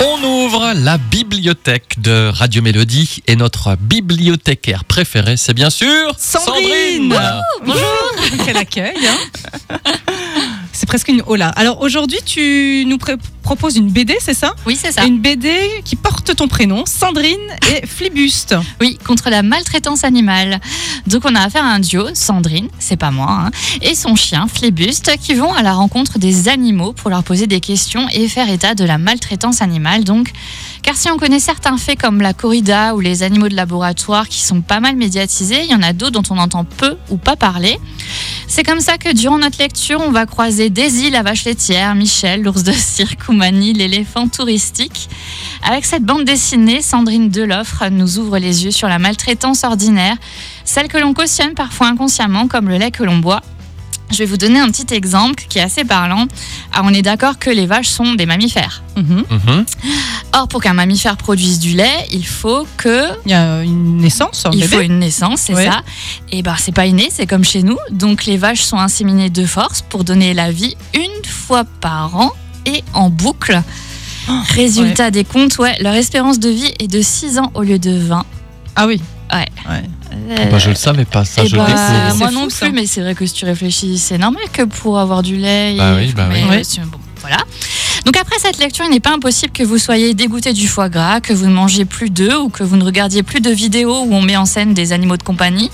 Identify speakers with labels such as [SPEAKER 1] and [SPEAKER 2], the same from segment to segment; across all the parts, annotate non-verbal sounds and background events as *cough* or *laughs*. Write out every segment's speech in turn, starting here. [SPEAKER 1] On ouvre la bibliothèque de Radio Mélodie et notre bibliothécaire préférée, c'est bien sûr
[SPEAKER 2] Sandrine. Quel accueil hein. *laughs* C'est presque une hola. Alors aujourd'hui, tu nous pré- proposes une BD, c'est ça
[SPEAKER 3] Oui, c'est ça.
[SPEAKER 2] Une BD qui porte ton prénom, Sandrine et Flibuste.
[SPEAKER 3] Oui, contre la maltraitance animale. Donc on a affaire à un duo, Sandrine, c'est pas moi, hein, et son chien, Flibuste, qui vont à la rencontre des animaux pour leur poser des questions et faire état de la maltraitance animale. Donc, car si on connaît certains faits comme la corrida ou les animaux de laboratoire qui sont pas mal médiatisés, il y en a d'autres dont on entend peu ou pas parler. C'est comme ça que durant notre lecture, on va croiser Daisy, la vache laitière, Michel, l'ours de *laughs* cirque, Oumani, l'éléphant touristique. Avec cette bande dessinée, Sandrine Deloffre nous ouvre les yeux sur la maltraitance ordinaire, celle que l'on cautionne parfois inconsciemment comme le lait que l'on boit. Je vais vous donner un petit exemple qui est assez parlant. Ah, on est d'accord que les vaches sont des mammifères.
[SPEAKER 2] Mhm.
[SPEAKER 1] Mhm.
[SPEAKER 3] Or, pour qu'un mammifère produise du lait, il faut que
[SPEAKER 2] Il y a une naissance, un
[SPEAKER 3] il
[SPEAKER 2] bébé.
[SPEAKER 3] faut une naissance, c'est
[SPEAKER 2] Ouais.
[SPEAKER 3] ça. Et ben c'est pas inné, c'est comme chez nous. Donc les vaches sont inséminées de force pour donner la vie une fois par an et en boucle.
[SPEAKER 2] Oh,
[SPEAKER 3] Résultat des comptes, ouais, leur espérance de vie est de 6 ans au lieu de 20.
[SPEAKER 2] Ah oui.
[SPEAKER 3] Ouais. Euh,
[SPEAKER 1] Ah bah, je le savais pas, ça
[SPEAKER 3] eh
[SPEAKER 1] je
[SPEAKER 3] ben,
[SPEAKER 1] le
[SPEAKER 2] découvre.
[SPEAKER 1] découvre.
[SPEAKER 3] moi
[SPEAKER 2] C'est
[SPEAKER 3] non
[SPEAKER 2] fou, ça.
[SPEAKER 3] plus, mais c'est vrai que si tu réfléchis, c'est normal que pour avoir du lait,
[SPEAKER 1] Bah
[SPEAKER 3] il
[SPEAKER 1] oui,
[SPEAKER 3] faut-
[SPEAKER 1] bah oui.
[SPEAKER 3] mais,
[SPEAKER 2] Oui.
[SPEAKER 3] euh, c'est- bon, voilà. Donc après cette lecture, il n'est pas impossible que vous soyez dégoûté du foie gras, que vous ne mangez plus d'œufs ou que vous ne regardiez plus de vidéos où on met en scène des animaux de compagnie.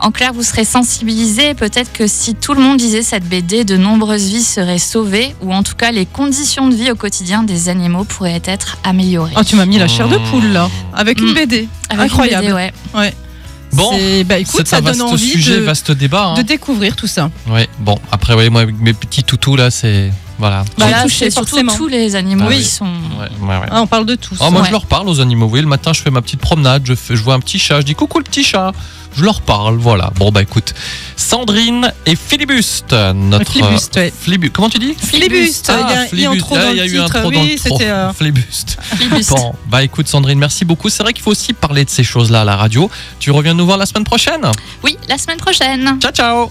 [SPEAKER 3] En clair, vous serez sensibilisé. et Peut-être que si tout le monde lisait cette BD, de nombreuses vies seraient sauvées ou en tout cas les conditions de vie au quotidien des animaux pourraient être améliorées.
[SPEAKER 2] Oh, tu m'as mis la chair de
[SPEAKER 1] Mmh.
[SPEAKER 2] poule là, avec une
[SPEAKER 3] Mmh.
[SPEAKER 2] BD.
[SPEAKER 3] Avec une
[SPEAKER 2] incroyable.
[SPEAKER 3] BD, ouais.
[SPEAKER 1] Bon,
[SPEAKER 2] C'est- bah,
[SPEAKER 1] c'est
[SPEAKER 2] écoute,
[SPEAKER 1] un
[SPEAKER 2] ça donne
[SPEAKER 1] vaste
[SPEAKER 2] envie
[SPEAKER 1] sujet,
[SPEAKER 2] de,
[SPEAKER 1] vaste débat. hein.
[SPEAKER 2] de découvrir tout ça.
[SPEAKER 1] Ouais. Bon, après, voyez moi, avec mes petits toutous là, c'est. Voilà.
[SPEAKER 2] Bah,
[SPEAKER 3] Voilà,
[SPEAKER 2] touché,
[SPEAKER 3] c'est surtout
[SPEAKER 2] forcément.
[SPEAKER 3] tous les animaux
[SPEAKER 1] Ah oui.
[SPEAKER 3] qui sont.
[SPEAKER 1] Ouais, ouais, ouais.
[SPEAKER 2] Ah, on parle de tout.
[SPEAKER 1] Ah, moi,
[SPEAKER 3] Ouais.
[SPEAKER 1] je leur parle aux animaux. Vous voyez, le matin, je fais ma petite promenade, je, fais- je vois un petit chat, je dis coucou le petit chat. Je leur parle, voilà. Bon, bah écoute, Sandrine et Philibuste, notre.
[SPEAKER 2] Flibuste, ouais.
[SPEAKER 1] Flibu- Comment tu dis
[SPEAKER 2] Flibuste, il y a- il y a un
[SPEAKER 1] Flibuste.
[SPEAKER 2] trop
[SPEAKER 1] Ah,
[SPEAKER 2] dans
[SPEAKER 1] il y
[SPEAKER 2] le
[SPEAKER 1] a eu un
[SPEAKER 2] titre.
[SPEAKER 1] trop dans le
[SPEAKER 2] Oui,
[SPEAKER 1] trop.
[SPEAKER 2] c'était. euh,
[SPEAKER 1] Flibuste.
[SPEAKER 3] Illustres.
[SPEAKER 1] Bon, bah écoute, Sandrine, merci beaucoup. C'est vrai qu'il faut aussi parler de ces choses-là à la radio. Tu reviens nous voir la semaine prochaine.
[SPEAKER 3] Oui, la semaine prochaine.
[SPEAKER 1] Ciao, ciao